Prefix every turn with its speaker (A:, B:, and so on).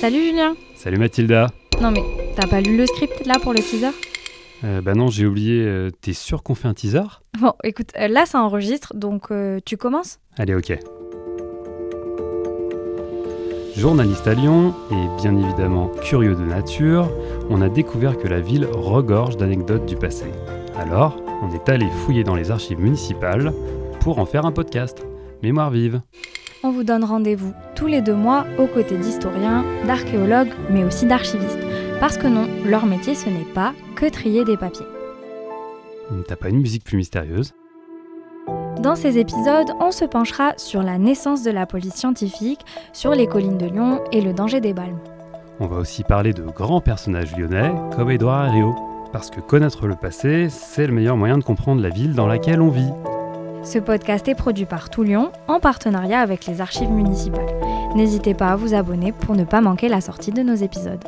A: Salut Julien
B: Salut Mathilda
A: Non mais, t'as pas lu le script là pour le teaser
B: Euh, Bah non, j'ai oublié. euh, T'es sûr qu'on fait un teaser
A: Bon, écoute, euh, là ça enregistre, donc euh, tu commences
B: Allez, ok. Journaliste à Lyon et bien évidemment curieux de nature, on a découvert que la ville regorge d'anecdotes du passé. Alors, on est allé fouiller dans les archives municipales pour en faire un podcast. Mémoire vive.
A: On vous donne rendez-vous tous les deux mois aux côtés d'historiens, d'archéologues, mais aussi d'archivistes. Parce que non, leur métier ce n'est pas que trier des papiers.
B: T'as pas une musique plus mystérieuse
A: Dans ces épisodes, on se penchera sur la naissance de la police scientifique, sur les collines de Lyon et le danger des balmes.
B: On va aussi parler de grands personnages lyonnais comme Édouard Herriot. Parce que connaître le passé, c'est le meilleur moyen de comprendre la ville dans laquelle on vit.
A: Ce podcast est produit par Tout Lyon en partenariat avec les archives municipales. N'hésitez pas à vous abonner pour ne pas manquer la sortie de nos épisodes.